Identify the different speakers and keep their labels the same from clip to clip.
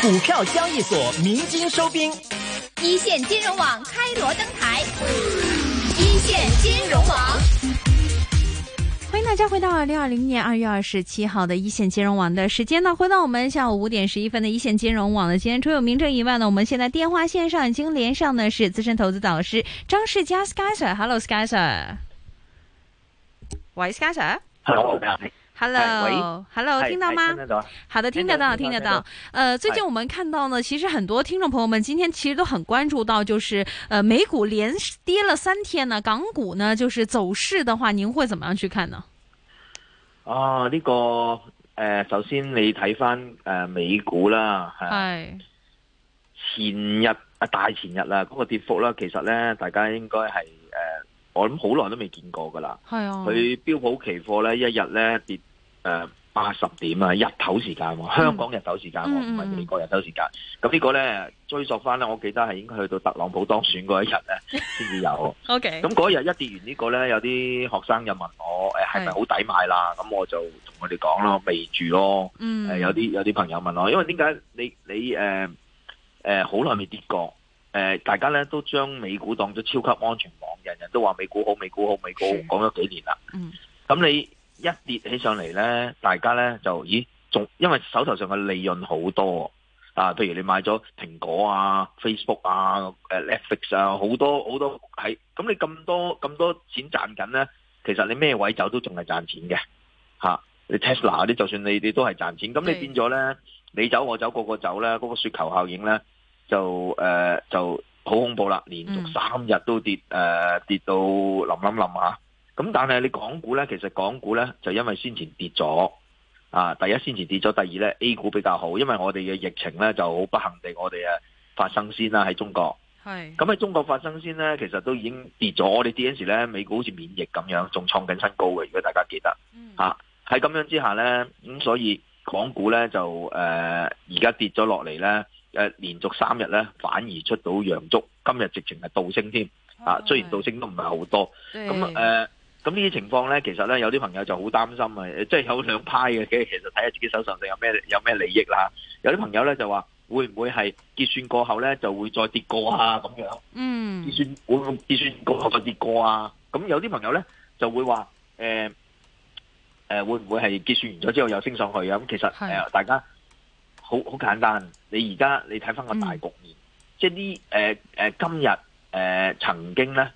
Speaker 1: 股票交易所鸣金收兵，
Speaker 2: 一线金融网开锣登台，一线金融网。
Speaker 3: 欢迎大家回到二零二零年二月二十七号的一线金融网的时间呢，回到我们下午五点十一分的一线金融网的今天除有名正以外呢，我们现在电话线上已经连上的是资深投资导师张世佳 Sky Sir，Hello Sky Sir，喂 Sky Sir，Hello，Hello，
Speaker 4: Hello，係係
Speaker 3: 听到
Speaker 4: 係
Speaker 3: 吗
Speaker 4: 聽？得到啊？
Speaker 3: 好的，听
Speaker 4: 听
Speaker 3: 得
Speaker 4: 得
Speaker 3: 到，
Speaker 4: 到
Speaker 3: 听
Speaker 4: 听
Speaker 3: 得
Speaker 4: 得
Speaker 3: 到
Speaker 4: 到。
Speaker 3: 呃，最近
Speaker 4: 哎
Speaker 3: 我们看到呢，其实很多听众朋友们今天其实都很关注到，就是呃，美股连跌了三天呢，港股呢就是走势的话，您会怎么样去看呢？
Speaker 4: 啊，呢、個誒、呃首先你睇翻誒美股啦，
Speaker 3: 呃
Speaker 4: 係啊
Speaker 3: 系
Speaker 4: 前日啊大前日啦，嗰、個跌幅啦，其實咧大家應該係誒、呃我諗好耐都未見過噶啦。
Speaker 3: 系啊，
Speaker 4: 佢標普期貨咧一日咧跌誒八十點啊，日頭時間喎，香港日頭時間喎，
Speaker 3: 嗯嗯
Speaker 4: 唔係
Speaker 3: 嗯
Speaker 4: 美國日頭時間。咁呢個咧追溯翻咧，我記得係應該去到特朗普當選嗰一日咧先至有。
Speaker 3: OK，
Speaker 4: 咁嗰日一跌完呢個呢，有啲學生就問我呃誒係咪
Speaker 3: 係
Speaker 4: 好抵買啦？咁我就同佢哋講咯，未住咯。誒、
Speaker 3: 嗯，
Speaker 4: 有啲有啲朋友問我，因為點解你你誒誒好耐未跌過？誒、呃大家呢都將美股當咗超級安全網，人人都話美股好，美股好，美股好
Speaker 3: 是
Speaker 4: 講咗幾年啦。
Speaker 3: 嗯
Speaker 4: 咁你一跌起上嚟呢，大家呢就咦仲因為手頭上嘅利潤好多啊，譬如你買咗蘋果啊、Facebook 啊、誒 Netflix 啊，好多好多係咁你咁多咁多錢賺緊呢，其實你咩位走都仲係賺錢嘅嚇、啊你 Tesla 嗰啲，就算你你都係賺錢，咁你
Speaker 3: 對
Speaker 4: 變咗呢，你走我走，個個走呢，嗰、個雪球效應呢，就誒、呃就好恐怖啦，連
Speaker 3: 嗯
Speaker 4: 續三日都跌誒、呃跌到冧冧冧嚇。啊咁但係你港股咧，其實港股咧就因為先前跌咗，啊，第一先前跌咗，第二咧 A 股比較好，因為我哋嘅疫情咧就好不幸地我哋誒發生先啦喺中國。
Speaker 3: 系
Speaker 4: 咁喺中國發生先咧，其實都已經跌咗。我哋跌嗰時咧，美股好似免疫咁樣，仲創緊新高嘅。如果大家記得
Speaker 3: 嗯
Speaker 4: 嚇，喺咁樣之下咧，咁、所以港股咧就誒而家跌咗落嚟咧，誒、連續三日咧反而出到陽燭，今日直情係倒升添。啊，雖然倒升都唔係好多。咁誒，呃咁呢啲情況咧，其實咧有啲朋友就好擔心啊，即係有兩派嘅，其實睇下自己手上有咩有咩利益啦。有啲朋友咧就話，會唔會係結算過後咧就會再跌過啊咁樣？
Speaker 3: 嗯
Speaker 4: 結算會唔會結算過後再跌過啊？咁有啲朋友咧就會話，誒、呃、誒、呃會唔會係結算完咗之後又升上去啊？咁其實誒、
Speaker 3: 係
Speaker 4: 呃大家好好簡單，你而家你睇翻個
Speaker 3: 嗯
Speaker 4: 大局面，即係呢誒誒今日誒、呃曾經咧。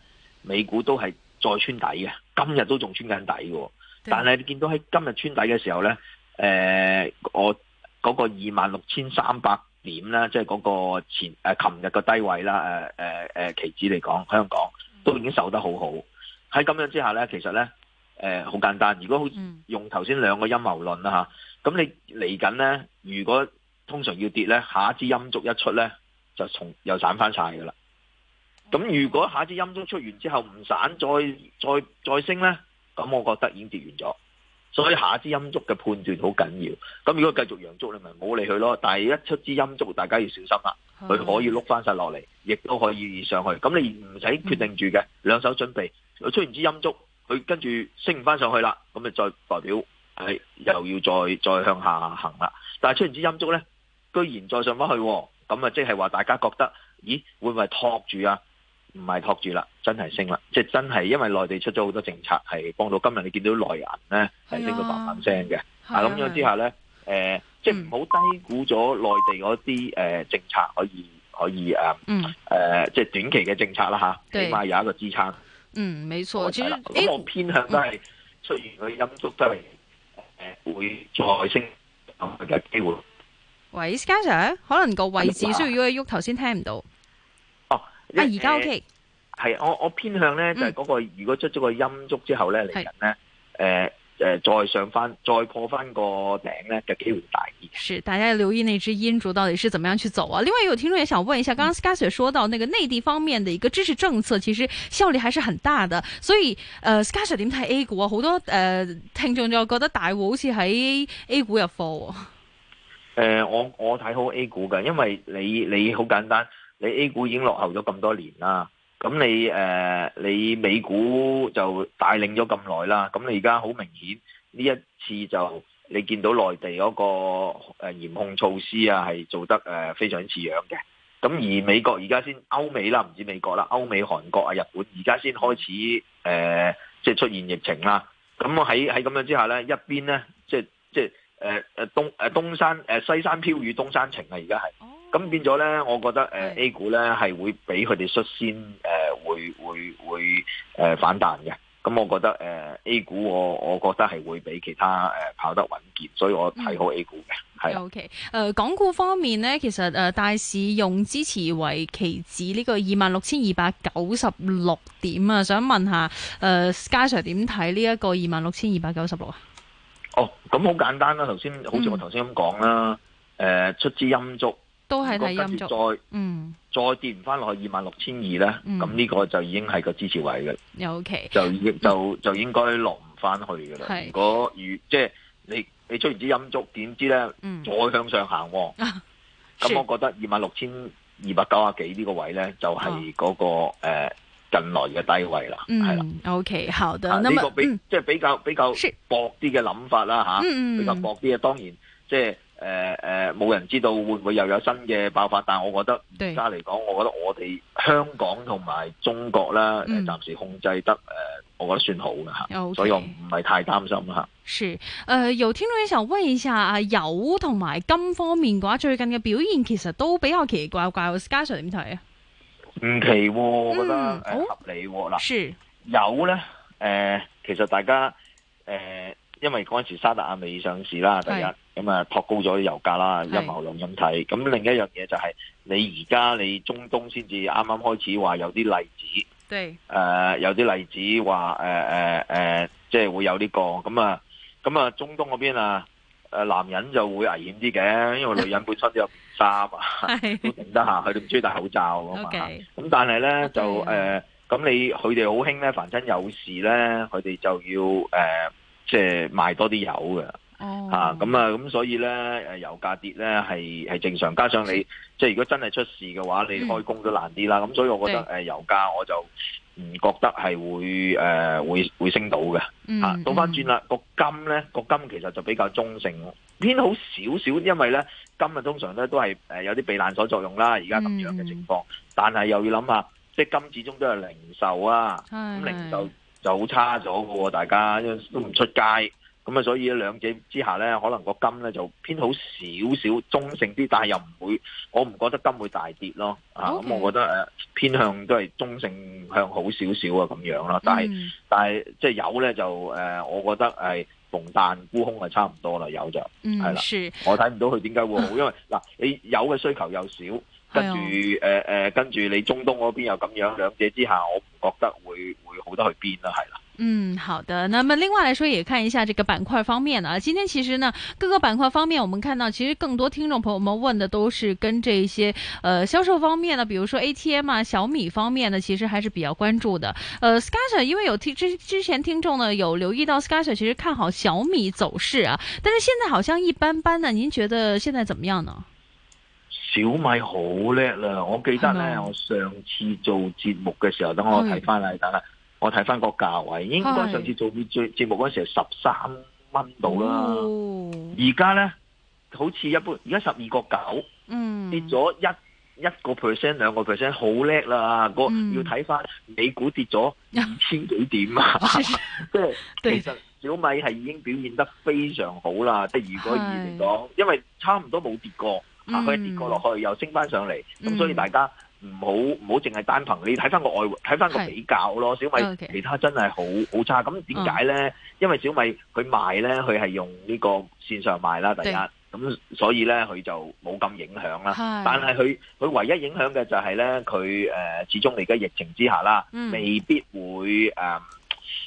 Speaker 4: 美股都係再穿底嘅，今日都仲穿緊底嘅喎。但係你見到喺今日穿底嘅時候呢，誒、呃我嗰、個二萬六千三百點啦，即係嗰個前誒琴日個低位啦，誒誒誒期指嚟講，香港都已經守得好好。喺咁樣之下呢，其實呢，誒、好簡單，如果好
Speaker 3: 嗯
Speaker 4: 用頭先兩個陰謀論啦嚇，咁你嚟緊呢，如果通常要跌呢，下一支陰燭一出呢，就從又散翻晒㗎啦。咁如果下一支陰燭出完之後唔散，再再再升呢，咁我覺得已經跌完咗。所以下一支陰燭嘅判斷好緊要。咁如果繼續陽燭，你咪冇理佢咯。但係一出支陰燭，大家要小心啦。
Speaker 3: 嗯
Speaker 4: 佢可以碌翻晒落嚟，亦都可以上去。咁你唔使決定住嘅，兩手準備。佢出完支陰燭，佢跟住升唔翻上去啦，咁咪再代表係又要再再向下行啦。但係出完支陰燭呢，居然再上翻去喎，咁啊即係話大家覺得，咦會唔會係托住啊？唔係托住啦，真係升啦，即係真係因為內地出咗好多政策係幫到今日，你見到內銀呢係升到
Speaker 3: 係啊嗯
Speaker 4: 嘭嘭聲嘅。啊咁樣之下咧，誒、即係唔好低估咗內地嗰啲誒政策可以可以誒誒、
Speaker 3: 嗯
Speaker 4: 呃即係短期嘅政策啦嚇，
Speaker 3: 對
Speaker 4: 起碼有一個支撐。
Speaker 3: 嗯，没错，
Speaker 4: 我
Speaker 3: 其
Speaker 4: 睇
Speaker 3: 实
Speaker 4: 啦
Speaker 3: A
Speaker 4: 咁我
Speaker 3: 股
Speaker 4: 偏向都係出現佢陰燭都係誒會再升嘅機會。
Speaker 3: 喂 Sky Sir，可能個位置需要喐一喐，頭先聽唔到。
Speaker 4: 哦，啊
Speaker 3: 啊，而家 OK，嗯
Speaker 4: 係我我偏向咧就係、嗰、個，如果出咗個陰燭之後咧，嚟緊咧誒誒再上翻再破翻個頂咧嘅機會大啲。
Speaker 3: 是大家要留意那只阴烛到底是怎么样去走啊。另外，有听众也想问一下，
Speaker 4: 嗯
Speaker 3: 刚刚 Sky Sir 说到那个内地方面的一个支持政策，其实效力还是很大的。所以，誒 Sky Sir 點睇 A 股啊？好多誒聽眾就覺得大戶好似喺 A 股入貨喎。
Speaker 4: 誒、呃我我睇好 A 股嘅，因為你你好簡單，你 A 股已經落後咗咁多年啦。咁你誒、你美股就帶領咗咁耐啦。咁你而家好明顯呢一次就你見到內地嗰個誒嚴控措施啊，係做得誒非常之似樣嘅。咁而美國而家先歐美啦，唔止美國啦，歐美、韓國啊、日本而家先開始誒、呃即係出現疫情啦。咁喺喺咁樣之下咧，一邊咧，即係即係誒誒呃東誒東山誒、呃西山飄雨東山晴啊，而家係。咁變咗咧，我覺得誒、呃
Speaker 3: 係
Speaker 4: A 股咧係會比佢哋率先誒、呃、會會會誒、呃反彈嘅。咁我覺得誒、呃 A 股我我覺得係會比其他誒、呃跑得穩健，所以我
Speaker 3: 嗯
Speaker 4: 睇好 A 股嘅。係啊
Speaker 3: O K，誒呃港股方面呢，其實誒、呃大市用支持為期指呢個二萬六千二百九十六點啊，想問下誒佳 Sir 點睇呢一個二萬六千二百九十六啊？
Speaker 4: 哦，咁好簡單啦。頭先好
Speaker 3: 嗯
Speaker 4: 似我頭先咁講啦，誒、呃出資陰燭，
Speaker 3: 都係睇
Speaker 4: 如果跟
Speaker 3: 陰
Speaker 4: 住
Speaker 3: 燭，嗯
Speaker 4: 再再跌唔翻落去二萬六千二咧，
Speaker 3: 嗯
Speaker 4: 咁呢個就已經係個支持位嘅，
Speaker 3: ，O K，
Speaker 4: 就已經就就應該落唔翻去嘅啦。
Speaker 3: 係
Speaker 4: 如果如即係你你出完支陰燭，點知咧？
Speaker 3: 嗯，啊
Speaker 4: 再向上行喎。
Speaker 3: 是
Speaker 4: 咁我覺得二萬六千二百九啊幾呢個位咧，就係嗰個呃近來嘅低位啦，係啦。
Speaker 3: 啊嗯，O K，好的，
Speaker 4: 啊
Speaker 3: 那
Speaker 4: 呢個
Speaker 3: 麼
Speaker 4: 比
Speaker 3: 嗯
Speaker 4: 即係比較比較
Speaker 3: 是
Speaker 4: 薄啲嘅諗法啦吓，
Speaker 3: 嗯嗯
Speaker 4: 比較
Speaker 3: 嗯
Speaker 4: 薄啲嘅當然即係誒誒冇人知道會唔會又有新嘅爆發，但係我覺得而
Speaker 3: 對，
Speaker 4: 家嚟講，我覺得我哋香港同埋中國啦，
Speaker 3: 嗯
Speaker 4: 誒暫時控制得誒，我覺得算好嘅吓，
Speaker 3: OK
Speaker 4: 所以我唔係太擔心啊啦吓。
Speaker 3: 是，誒、呃有聽眾也想問一下啊，油同埋金方面嘅話，最近嘅表現其實都比較奇怪怪，佳 Sir 點睇啊？
Speaker 4: 唔奇喎，我覺
Speaker 3: 嗯
Speaker 4: 得
Speaker 3: 好
Speaker 4: 誒合理喎嗱。
Speaker 3: 是，
Speaker 4: 有咧，誒、其實大家誒、呃因為嗰陣時沙特阿美上市啦，第一
Speaker 3: 係
Speaker 4: 咁啊，托高咗啲油價啦，
Speaker 3: 係
Speaker 4: 陰謀論咁睇。咁另一樣嘢就係、你而家你中東先至啱啱開始話有啲例子，誒、
Speaker 3: 對，
Speaker 4: 呃有啲例子話誒誒誒，即係會有呢、個咁啊，咁啊，中東嗰邊啊，誒、男人就會危險啲嘅，因為女人本身都有件衫啊。都
Speaker 3: 係
Speaker 4: 頂得下，佢哋唔中意戴口罩啊嘛。
Speaker 3: OK
Speaker 4: 咁但係咧就呃誒，咁、
Speaker 3: 係
Speaker 4: 你佢哋好興咧，凡真有事咧，佢哋就要誒、呃即係賣多啲油嘅
Speaker 3: 哦
Speaker 4: 嚇。咁啊，咁所以咧誒，油價跌咧係係正常，加上你即係如果真係出事嘅話，你
Speaker 3: 嗯
Speaker 4: 開工都難啲啦。咁所以我覺得誒、呃油價我就唔覺得係會誒、呃、會會升到嘅。
Speaker 3: 嗯
Speaker 4: 啊，倒翻轉，啦，個金咧，個金其實就比較中性，偏好少少，因為咧金啊通常咧都係誒有啲避難所作用啦，而家咁樣嘅情況，
Speaker 3: 嗯
Speaker 4: 但係又要諗下，即係金始終都係零售啊，
Speaker 3: 嗯
Speaker 4: 咁
Speaker 3: 嗯
Speaker 4: 零
Speaker 3: 係
Speaker 4: 售就好差咗嘅喎，大家因為都唔出街，咁啊所以兩者之下咧，可能個金咧就偏好少少中性啲，但係又唔會，我唔覺得金會大跌咯，啊，咁
Speaker 3: OK
Speaker 4: 我覺得誒、呃偏向都係中性向好少少啊咁樣啦，但係。
Speaker 3: 嗯
Speaker 4: 但係即係有咧就誒、呃我覺得係逢彈沽空係差唔多啦，有就係
Speaker 3: 嗯，
Speaker 4: 啦
Speaker 3: 是，
Speaker 4: 我睇唔到佢點解會 好，因為嗱你有嘅需求又少，跟
Speaker 3: 哦
Speaker 4: 住誒
Speaker 3: 啊
Speaker 4: 誒跟住你中東嗰邊又咁樣，兩者之下我唔覺得會會好得去邊啦，係啦。
Speaker 3: 嗯，好的。那么另外来说，也看一下这个板块方面啊。今天其实呢，各个板块方面，我们看到其实更多听众朋友们问的都是跟这一些呃销售方面的，比如说 ATM 啊、小米方面呢，其实还是比较关注的。呃 s c a s h 因为有听之之前听众呢有留意到 s c a s h 其实看好小米走势啊，但是现在好像一般般呢。您觉得现在怎么样呢？
Speaker 4: 小米好叻啦！我記得
Speaker 3: 係咪啊
Speaker 4: 咧，我上次做節目嘅時候，等我睇翻啦，等下我睇翻個價位，應該
Speaker 3: 係
Speaker 4: 上次做節節目嗰陣時係十三蚊到啦，
Speaker 3: 哦
Speaker 4: 而家咧好似一般，而家十二個九。
Speaker 3: 嗯，
Speaker 4: 跌 咗一一個 percent 兩個 percent，好叻啦！個
Speaker 3: 嗯
Speaker 4: 要睇翻美股跌咗二千幾點啊！ 即係
Speaker 3: 對
Speaker 4: 其實小米係已經表現得非常好啦。即係如果以
Speaker 3: 係
Speaker 4: 嚟講，因為差唔多冇跌過，啊佢係跌過落去又升翻上嚟，咁、
Speaker 3: 嗯
Speaker 4: 所以大家。唔好唔好，淨係單憑你睇翻個外圍睇翻個
Speaker 3: 係嗯
Speaker 4: 比較咯。小米
Speaker 3: OK
Speaker 4: 其他真係好好差，咁點解咧？因為小米佢賣咧，佢係用呢個線上賣啦，第一
Speaker 3: 對
Speaker 4: 咁，所以咧佢就冇咁影響啦。
Speaker 3: 係
Speaker 4: 但係佢佢唯一影響嘅就係咧，佢誒、呃始終你而家疫情之下啦，
Speaker 3: 嗯
Speaker 4: 未必會誒、呃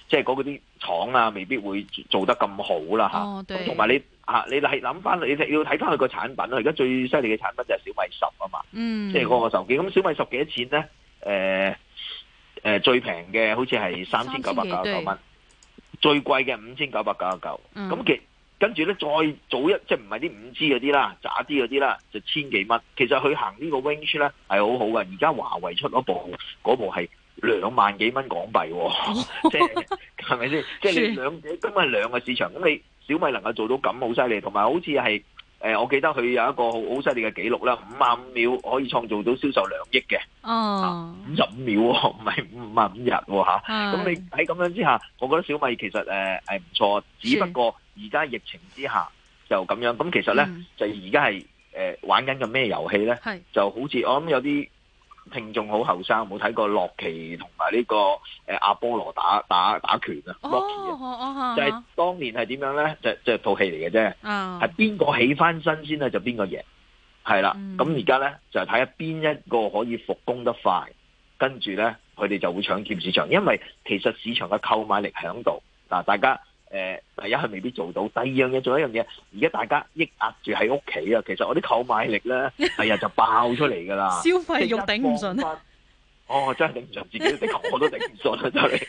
Speaker 4: 即係嗰啲廠啊，未必會做得咁好啦
Speaker 3: 哦
Speaker 4: 嚇。
Speaker 3: 對
Speaker 4: 咁同埋你啊，你係諗翻你你要睇翻佢個產品啊，而家最犀利嘅產品就係小米十啊嘛，
Speaker 3: 嗯，
Speaker 4: 即係嗰個手機。咁小米十幾多錢咧？誒、呃、誒最平嘅好似係三千九百九十九蚊，最貴嘅五千九百九十九。
Speaker 3: 嗯
Speaker 4: 咁其跟住咧再早一即係唔係啲五 G 嗰啲啦，渣啲嗰啲啦，就千幾蚊。其實佢行呢個 range 咧係好好嘅。而家華為出嗰部嗰部係兩萬幾蚊港幣喎、即係係咪先？即係你兩者咁係兩個市場，咁你小米能夠做到咁好犀利，同埋好似係誒，我記得佢有一個好好犀利嘅記錄啦，五萬五秒可以創造到銷售兩億嘅，
Speaker 3: 哦，
Speaker 4: 五十五秒喎，唔係五萬五日喎嚇。啊咁
Speaker 3: 係
Speaker 4: 你喺咁樣之下，我覺得小米其實誒係唔錯，只不過而家疫情之下就咁樣。咁其實咧、
Speaker 3: 嗯
Speaker 4: 就而家係誒玩緊嘅咩遊戲咧？
Speaker 3: 係
Speaker 4: 就好似我諗有啲聽眾好後生，冇睇過洛奇同埋呢個誒阿波羅打打打拳啊，
Speaker 3: 哦
Speaker 4: 洛奇啊，
Speaker 3: 哦
Speaker 4: 就係
Speaker 3: 哦
Speaker 4: 當年係點樣咧？就就係套戲嚟嘅啫，
Speaker 3: 啊
Speaker 4: 係邊個起翻身先咧就邊個贏，係啦
Speaker 3: 嗯。
Speaker 4: 咁而家咧就睇下邊一個可以復工得快，跟住咧佢哋就會搶佔市場，因為其實市場嘅購買力喺度嗱，大家。誒、第一佢未必做到，第二樣嘢做一樣嘢，而家大家抑壓住喺屋企啊，其實我啲購買力 咧，第日就爆出嚟㗎啦。
Speaker 3: 消費欲頂唔順，啊
Speaker 4: 哦，真係頂唔順，自己都頂，我都頂唔順啦，啊真係。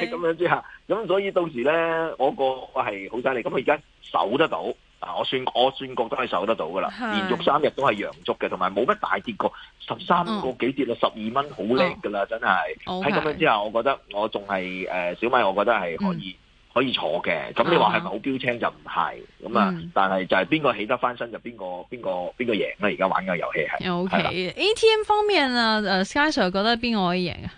Speaker 4: 即係 咁
Speaker 3: 係
Speaker 4: 樣之下，咁所以到時咧，我個我係好犀利。咁我而家守得到啊！我算我算覺得係守得到噶啦，
Speaker 3: 係
Speaker 4: 連續三日都係陽燭嘅，同埋冇乜大跌過，十三
Speaker 3: 嗯
Speaker 4: 個幾跌到十二蚊，好叻噶
Speaker 3: 哦
Speaker 4: 啦，真係。喺咁樣之
Speaker 3: OK，
Speaker 4: 下，我覺得我仲係誒小米，我覺得係可
Speaker 3: 嗯
Speaker 4: 以。可以坐嘅，咁你話係咪好標青就唔係，咁啊
Speaker 3: 啊嗯，
Speaker 4: 但係就係邊個起得翻身就邊個邊個邊個贏啦！而家玩嘅遊戲係。係啦
Speaker 3: OK ATM 方面啊，誒 Sky Sir 覺得邊個可以贏啊？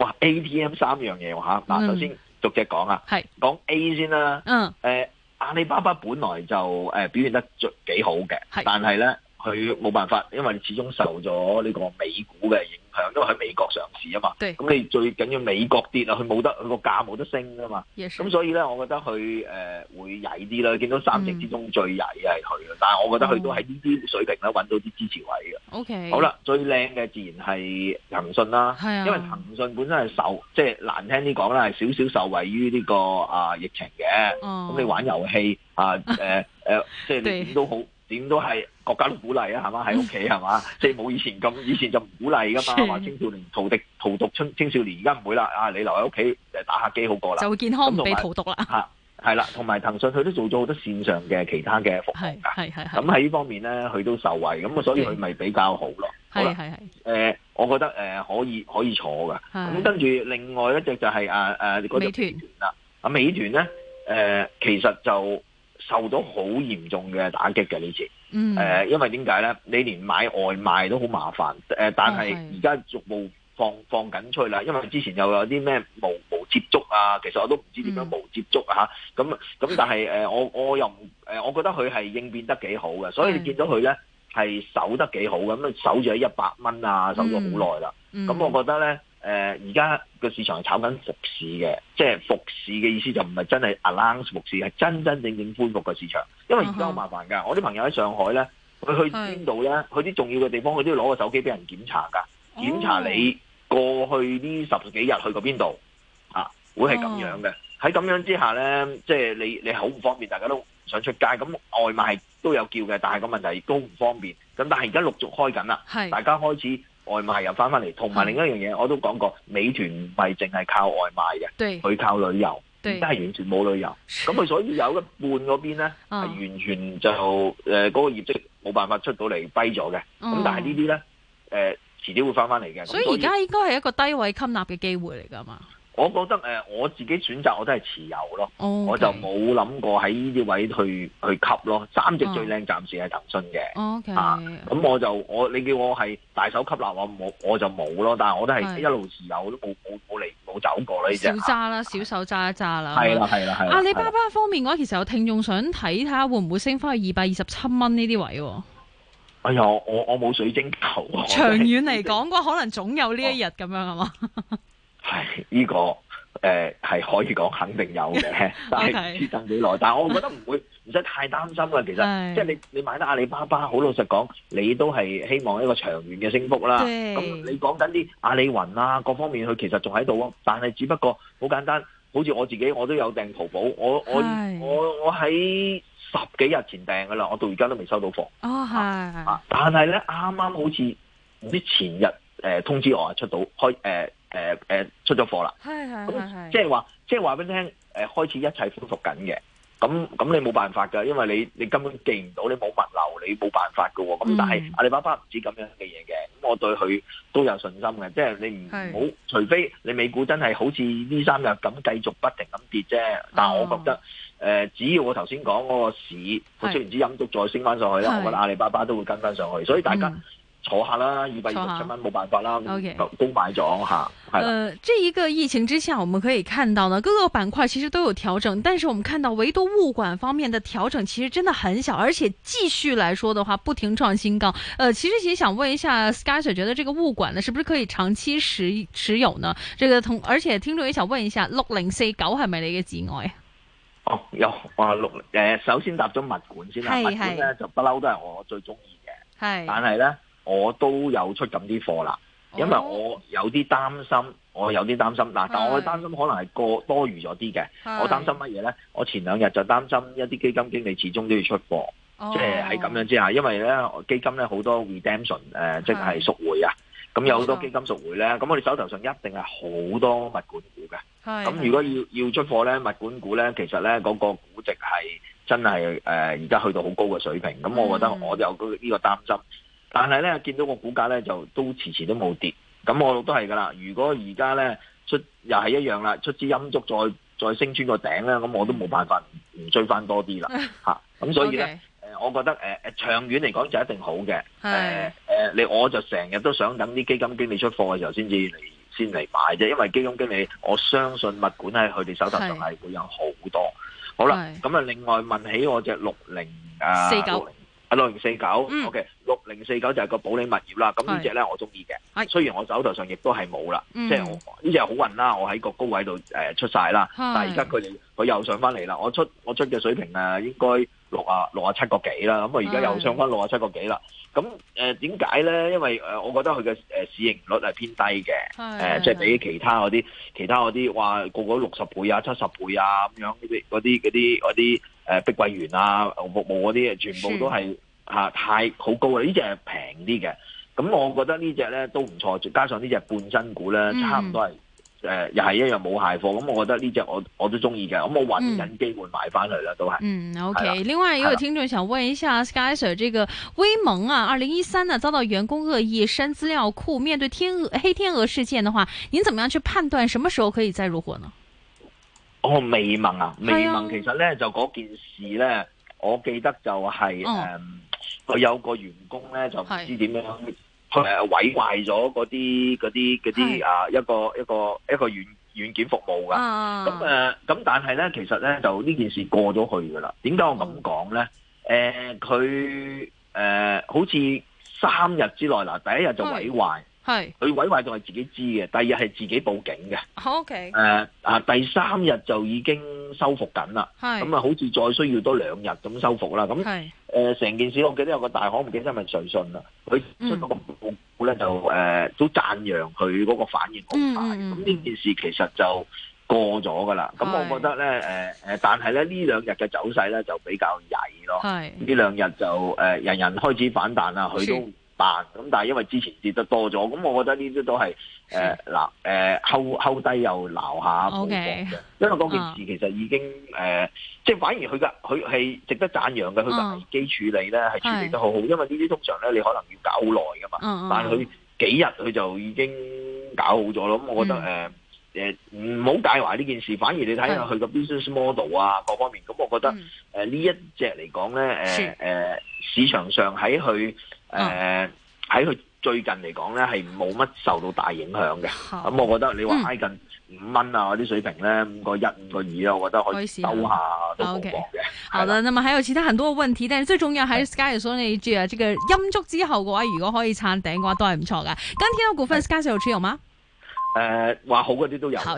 Speaker 4: 哇，ATM 三樣嘢喎嚇，嗱，
Speaker 3: 嗯
Speaker 4: 首先逐隻講啊，
Speaker 3: 係
Speaker 4: 講 A 先啦。
Speaker 3: 嗯
Speaker 4: 誒、呃阿里巴巴本來就誒、呃表現得最幾好嘅
Speaker 3: 係，
Speaker 4: 但係咧佢冇辦法，因為始終受咗呢個美股嘅影響，因為喺美國上市啊嘛。
Speaker 3: 對
Speaker 4: 咁你最緊要美國跌啊，佢冇得佢個價冇得升啊嘛。
Speaker 3: 也是
Speaker 4: 咁所以咧，我覺得佢誒、呃、會曳啲啦。見到三隻之中最曳嘅係佢啦，但係我覺得佢都喺呢啲水平咧揾到啲支持位嘅。
Speaker 3: OK
Speaker 4: 好啦，最靚嘅自然係騰訊啦，
Speaker 3: 係啊
Speaker 4: 因為騰訊本身係受，即係難聽啲講啦，係少少受惠於呢、個啊疫情嘅。
Speaker 3: 哦
Speaker 4: 咁你玩遊戲 啊，誒誒，即係
Speaker 3: 對
Speaker 4: 你點都好，點都係國家都鼓勵啊，係嘛？ 喺屋企係嘛？即係冇以前咁，以前就唔鼓勵噶嘛，
Speaker 3: 是
Speaker 4: 話青少年荼毒荼毒青青少年，而家唔會啦。啊，你留喺屋企誒打下機好過啦。
Speaker 3: 就健康唔俾
Speaker 4: 咁
Speaker 3: 荼
Speaker 4: 同
Speaker 3: 毒啦，
Speaker 4: 嚇，係啦，同埋騰訊佢都做咗好多線上嘅其他嘅服務
Speaker 3: 係
Speaker 4: 㗎。
Speaker 3: 係係係
Speaker 4: 咁喺呢方面咧，佢都受惠，咁所以佢咪比較好咯。好
Speaker 3: 係
Speaker 4: 啦，
Speaker 3: 係係
Speaker 4: 誒、我覺得誒、呃可以可以坐㗎。咁
Speaker 3: 係
Speaker 4: 跟住另外一隻就係啊啊嗰
Speaker 3: 美團
Speaker 4: 只美團啦，啊美團咧誒、其實就受到好嚴重嘅打擊嘅呢次，誒、呃
Speaker 3: 嗯
Speaker 4: 因為點解咧？你連買外賣都好麻煩，誒、但係
Speaker 3: 哦係
Speaker 4: 而家逐步放放緊出去啦，因為之前又有啲咩無無接觸啊，其實我都唔知點樣
Speaker 3: 嗯
Speaker 4: 無接觸啊嚇，咁咁但係誒、呃我我又唔誒，我覺得佢係應變得幾好嘅，所以你
Speaker 3: 係
Speaker 4: 見到佢咧係守得幾好嘅咁啊守住喺一百蚊啊，守咗好耐啦。咁
Speaker 3: 嗯
Speaker 4: 我覺得咧，誒而家個市場係炒緊復市嘅，即係復市嘅意思就唔係真係 announce 復市，係真真正正恢復個市場。因為而家好麻煩㗎，我啲朋友喺上海咧，佢去
Speaker 3: 嗯係
Speaker 4: 邊度咧，去啲重要嘅地方，佢都要攞個手機俾人檢查
Speaker 3: 哦
Speaker 4: 㗎，檢查你過去呢十幾日去過邊度啊，會係咁
Speaker 3: 哦
Speaker 4: 樣嘅。喺咁樣之下咧，即係你你好唔方便，大家都唔想出街，咁外賣都有叫嘅，但係個問題亦都唔方便。咁但係而家陸續開緊啦。
Speaker 3: 嗯係
Speaker 4: 大家開始外賣又翻翻嚟，同埋
Speaker 3: 嗯
Speaker 4: 另一樣嘢我都講過，美團唔係淨係靠外賣嘅，
Speaker 3: 對
Speaker 4: 佢靠旅遊，
Speaker 3: 嗯對
Speaker 4: 而家係完全冇旅遊，咁佢所以有一半嗰邊咧係
Speaker 3: 啊
Speaker 4: 完全就誒呃嗰、個業績冇辦法出到嚟，跛咗嘅。咁、
Speaker 3: 哦
Speaker 4: 但係呢啲咧誒遲啲會翻翻嚟嘅。咁
Speaker 3: 所以而家應該係一個低位吸納嘅機會嚟㗎嘛。
Speaker 4: 我覺得誒、呃我自己選擇我都係持有咯。
Speaker 3: 哦，
Speaker 4: 我就冇諗過喺呢啲位去去吸咯，三隻
Speaker 3: 哦
Speaker 4: 最靚暫時係騰訊嘅，
Speaker 3: O K，
Speaker 4: 啊咁我就我你叫我係大手吸納，我冇我就冇咯。但係我都
Speaker 3: 係
Speaker 4: 係一路持有，都冇冇冇嚟冇走過啦呢只
Speaker 3: 少。揸啦，少手揸一揸啦。
Speaker 4: 係啦係啦係啦。
Speaker 3: 啊阿里巴
Speaker 4: 係啦
Speaker 3: 巴方面嘅話，其實有聽眾想睇睇下會唔會升翻去二百二十七蚊呢啲位喎。
Speaker 4: 哎呀，我我我冇水晶球啊。我
Speaker 3: 長
Speaker 4: 真係
Speaker 3: 遠嚟講嘅話，可能總有呢一日咁樣係嘛？
Speaker 4: 係呢個誒係可以講肯定有 嘅，但係唔知等幾耐。但係我覺得唔會唔使太擔心啦。其
Speaker 3: 係
Speaker 4: 實即係你你買得阿里巴巴，好老實講，你都係希望一個長遠嘅升幅啦。
Speaker 3: 對
Speaker 4: 咁你講緊啲阿里雲啊，各方面佢其實仲喺度啊，但係只不過好簡單，好似我自己我都有訂淘寶，我我
Speaker 3: 係
Speaker 4: 我我喺十幾日前訂噶啦，我到而家都未收到貨
Speaker 3: 哦，係
Speaker 4: 啊。但係咧啱啱好似唔知前日誒、呃通知我係出到開誒誒誒出咗貨啦。
Speaker 3: 係係係
Speaker 4: 咁
Speaker 3: 係，
Speaker 4: 即係話，即係話俾你聽，誒、開始一切恢復緊嘅。咁咁你冇辦法㗎，因為你你根本記唔到，你冇物流，你冇辦法㗎喎。咁但係
Speaker 3: 嗯
Speaker 4: 阿里巴巴唔止咁樣嘅嘢嘅，咁我對佢都有信心嘅。即係你唔
Speaker 3: 係
Speaker 4: 好，除非你美股真係好似呢三日咁繼續不停咁跌啫。但我覺得誒、呃只要我頭先講嗰個市，佢
Speaker 3: 哦係
Speaker 4: 出完支陰燭再升翻上去啦，
Speaker 3: 係
Speaker 4: 我覺得阿里巴巴都會跟翻上去，所以大家
Speaker 3: 嗯
Speaker 4: 坐下啦，二百
Speaker 3: 坐
Speaker 4: 二
Speaker 3: 下
Speaker 4: 十七蚊冇辦法啦，
Speaker 3: OK
Speaker 4: 高高買咗嚇，係啦。
Speaker 3: 呃，这一个疫情之下，我们可以看到呢，各个板块其实都有调整，但是我们看到唯独物管方面的调整其实真的很小，而且继续来说的话，不停创新高。呃，其实也想问一下 Sky Sir，觉得这个物管呢，是不是可以长期持持有呢？这个同而且听众也想问一下，六零四九系咪你嘅挚爱啊？
Speaker 4: 哦，有哇六誒，首先答咗物管先啦，
Speaker 3: 係
Speaker 4: 物管咧就不嬲都係我最中意嘅，
Speaker 3: 系，
Speaker 4: 但係咧我都有出咁啲貨啦，
Speaker 3: 哦
Speaker 4: 因為我有啲擔心，我有啲擔心嗱，但我嘅
Speaker 3: 係
Speaker 4: 擔心可能係過多餘咗啲嘅，
Speaker 3: 啊
Speaker 4: 我擔心乜嘢咧？我前兩日就擔心一啲基金經理始終都要出貨，
Speaker 3: 哦
Speaker 4: 即係喺咁樣之下，因為咧基金咧好多 redemption 誒、即係贖回啊，咁有好多
Speaker 3: 冇錯
Speaker 4: 基金贖回咧，咁我哋手頭上一定係好多物管股嘅。
Speaker 3: 樣
Speaker 4: 咁如果要要出貨咧，物管股咧，其實咧嗰、個估值係真係誒呃而家去到好高嘅水平，咁我覺得
Speaker 3: 嗯
Speaker 4: 我有個呢個擔心。但係咧見到個股價咧就都遲遲都冇跌，咁我都係噶啦。如果而家咧出又係一樣啦，出支陰燭再再升穿個頂咧，咁我都冇辦法唔追翻多啲啦嚇。咁、所以咧。誒，我覺得誒誒、呃長遠嚟講就一定好嘅。誒誒、呃
Speaker 3: 係
Speaker 4: 你我就成日都想等啲基金經理出貨嘅時候先至嚟先嚟買啫，因為基金經理我相信物管喺佢哋手頭上係會有好多。好啦，
Speaker 3: 係
Speaker 4: 咁啊，另外問起我只六零啊
Speaker 3: 49
Speaker 4: 啊六零四
Speaker 3: 嗯
Speaker 4: 九，OK，六零四九就係個保利物業啦。咁呢只咧我中意
Speaker 3: 係
Speaker 4: 嘅，雖然我手頭上亦都係冇啦，
Speaker 3: 嗯
Speaker 4: 即係我呢只好運啦，我喺個高位度誒、出晒啦。
Speaker 3: 係
Speaker 4: 但係而家佢哋佢又上翻嚟啦，我出我出嘅水平啊，應該六啊六啊七個幾啦，咁啊而家又上翻六啊七個幾啦。咁誒點解咧？因為誒、呃我覺得佢嘅誒市盈率係偏低嘅，
Speaker 3: 啊
Speaker 4: 誒、呃即係比其他嗰啲其他嗰啲哇個個六十倍啊、七十倍啊咁樣嗰啲嗰啲嗰啲嗰啲誒碧桂園啊、服務嗰啲，全部都係嚇、啊太好高啦！呢只係平啲嘅，咁我覺得呢只咧都唔錯，加上呢只半新股咧，
Speaker 3: 嗯
Speaker 4: 差唔多係。誒、又係一樣冇蟹貨，咁我覺得呢只我我都中意嘅，咁我揾緊機會買翻嚟啦，都係。
Speaker 3: 嗯
Speaker 4: 係啦
Speaker 3: ，OK。另外也有听众想问一下 Sky Sir，这个微盟啊，二零一三呢遭到员工恶意删资料库，面对天鹅黑天鹅事件的话，您怎么样去判断什么时候可以再入伙呢？
Speaker 4: 哦，未盟啊，未盟
Speaker 3: 係啊
Speaker 4: 其實咧就嗰件事咧，我記得就係、誒，佢、
Speaker 3: 哦
Speaker 4: 有個員工咧就唔
Speaker 3: 係
Speaker 4: 知點樣。佢誒毀壞咗嗰啲嗰啲嗰啲
Speaker 3: 係
Speaker 4: 啊一個一個一個軟軟件服務㗎，
Speaker 3: 啊
Speaker 4: 咁誒，呃咁但係咧，其實咧就呢件事過咗去㗎啦。點解我咁講咧？誒、佢誒、呃好似三日之內嗱，第一日就毀壞，
Speaker 3: 系
Speaker 4: 佢毀壞仲係自己知嘅，第二日係自己報警嘅，誒、
Speaker 3: ，OK，
Speaker 4: 啊，第三日就已經修復緊啦。
Speaker 3: 系
Speaker 4: 咁啊，好似再需要多兩日咁修復啦。咁
Speaker 3: 系
Speaker 4: 誒成件事，我記得有個大行唔記得係咪瑞信啦，佢
Speaker 3: 嗯
Speaker 4: 出咗個報告咧，就誒、呃都讚揚佢嗰個反應好快。
Speaker 3: 嗯嗯嗯
Speaker 4: 咁呢、件事其實就過咗噶啦。咁
Speaker 3: 係
Speaker 4: 我覺得咧誒誒，但係咧呢兩日嘅走勢咧就比較曳咯。
Speaker 3: 系
Speaker 4: 呢兩日就誒、呃人人開始反彈啦，佢
Speaker 3: 是
Speaker 4: 都唔彈。咁但係因為之前跌得多咗，咁我覺得呢啲都係誒嗱誒後後低又鬧下冇
Speaker 3: OK
Speaker 4: 嘅，因為嗰件事其實已經誒、呃即係反而佢嘅佢係值得讚揚嘅，佢
Speaker 3: 嗯
Speaker 4: 嘅危機處理咧係處理得好好，因為呢啲通常咧你可能要搞好耐噶嘛，
Speaker 3: 嗯嗯
Speaker 4: 但係佢幾日佢就已經搞好咗咯，咁我覺得誒。誒唔好介懷呢件事，反而你睇下
Speaker 3: 嗯係
Speaker 4: 佢個 business model 啊，各方面，咁我覺得誒呢、
Speaker 3: 嗯
Speaker 4: 一隻嚟講咧
Speaker 3: 是，
Speaker 4: 誒、呃、市場上喺佢
Speaker 3: 嗯
Speaker 4: 誒喺佢最近嚟講咧係冇乜受到大影響嘅。
Speaker 3: 好
Speaker 4: 咁我覺得你
Speaker 3: 嗯
Speaker 4: 話挨近五蚊啊嗰啲水平咧，五個一、五個二啊，我覺得可
Speaker 3: 可以
Speaker 4: 以
Speaker 3: 試
Speaker 4: 收
Speaker 3: 下
Speaker 4: 下都冇
Speaker 3: OK
Speaker 4: 妨嘅。
Speaker 3: 好的，那么还有其他很多问题，但是最重要还是 Sky 说那一句啊，这个阴烛之后嘅话，如果可以撐頂嘅話，都係唔錯噶。剛提到股份，Sky Sir 有持有嗎？
Speaker 4: 誒話好嗰啲都有。
Speaker 3: 好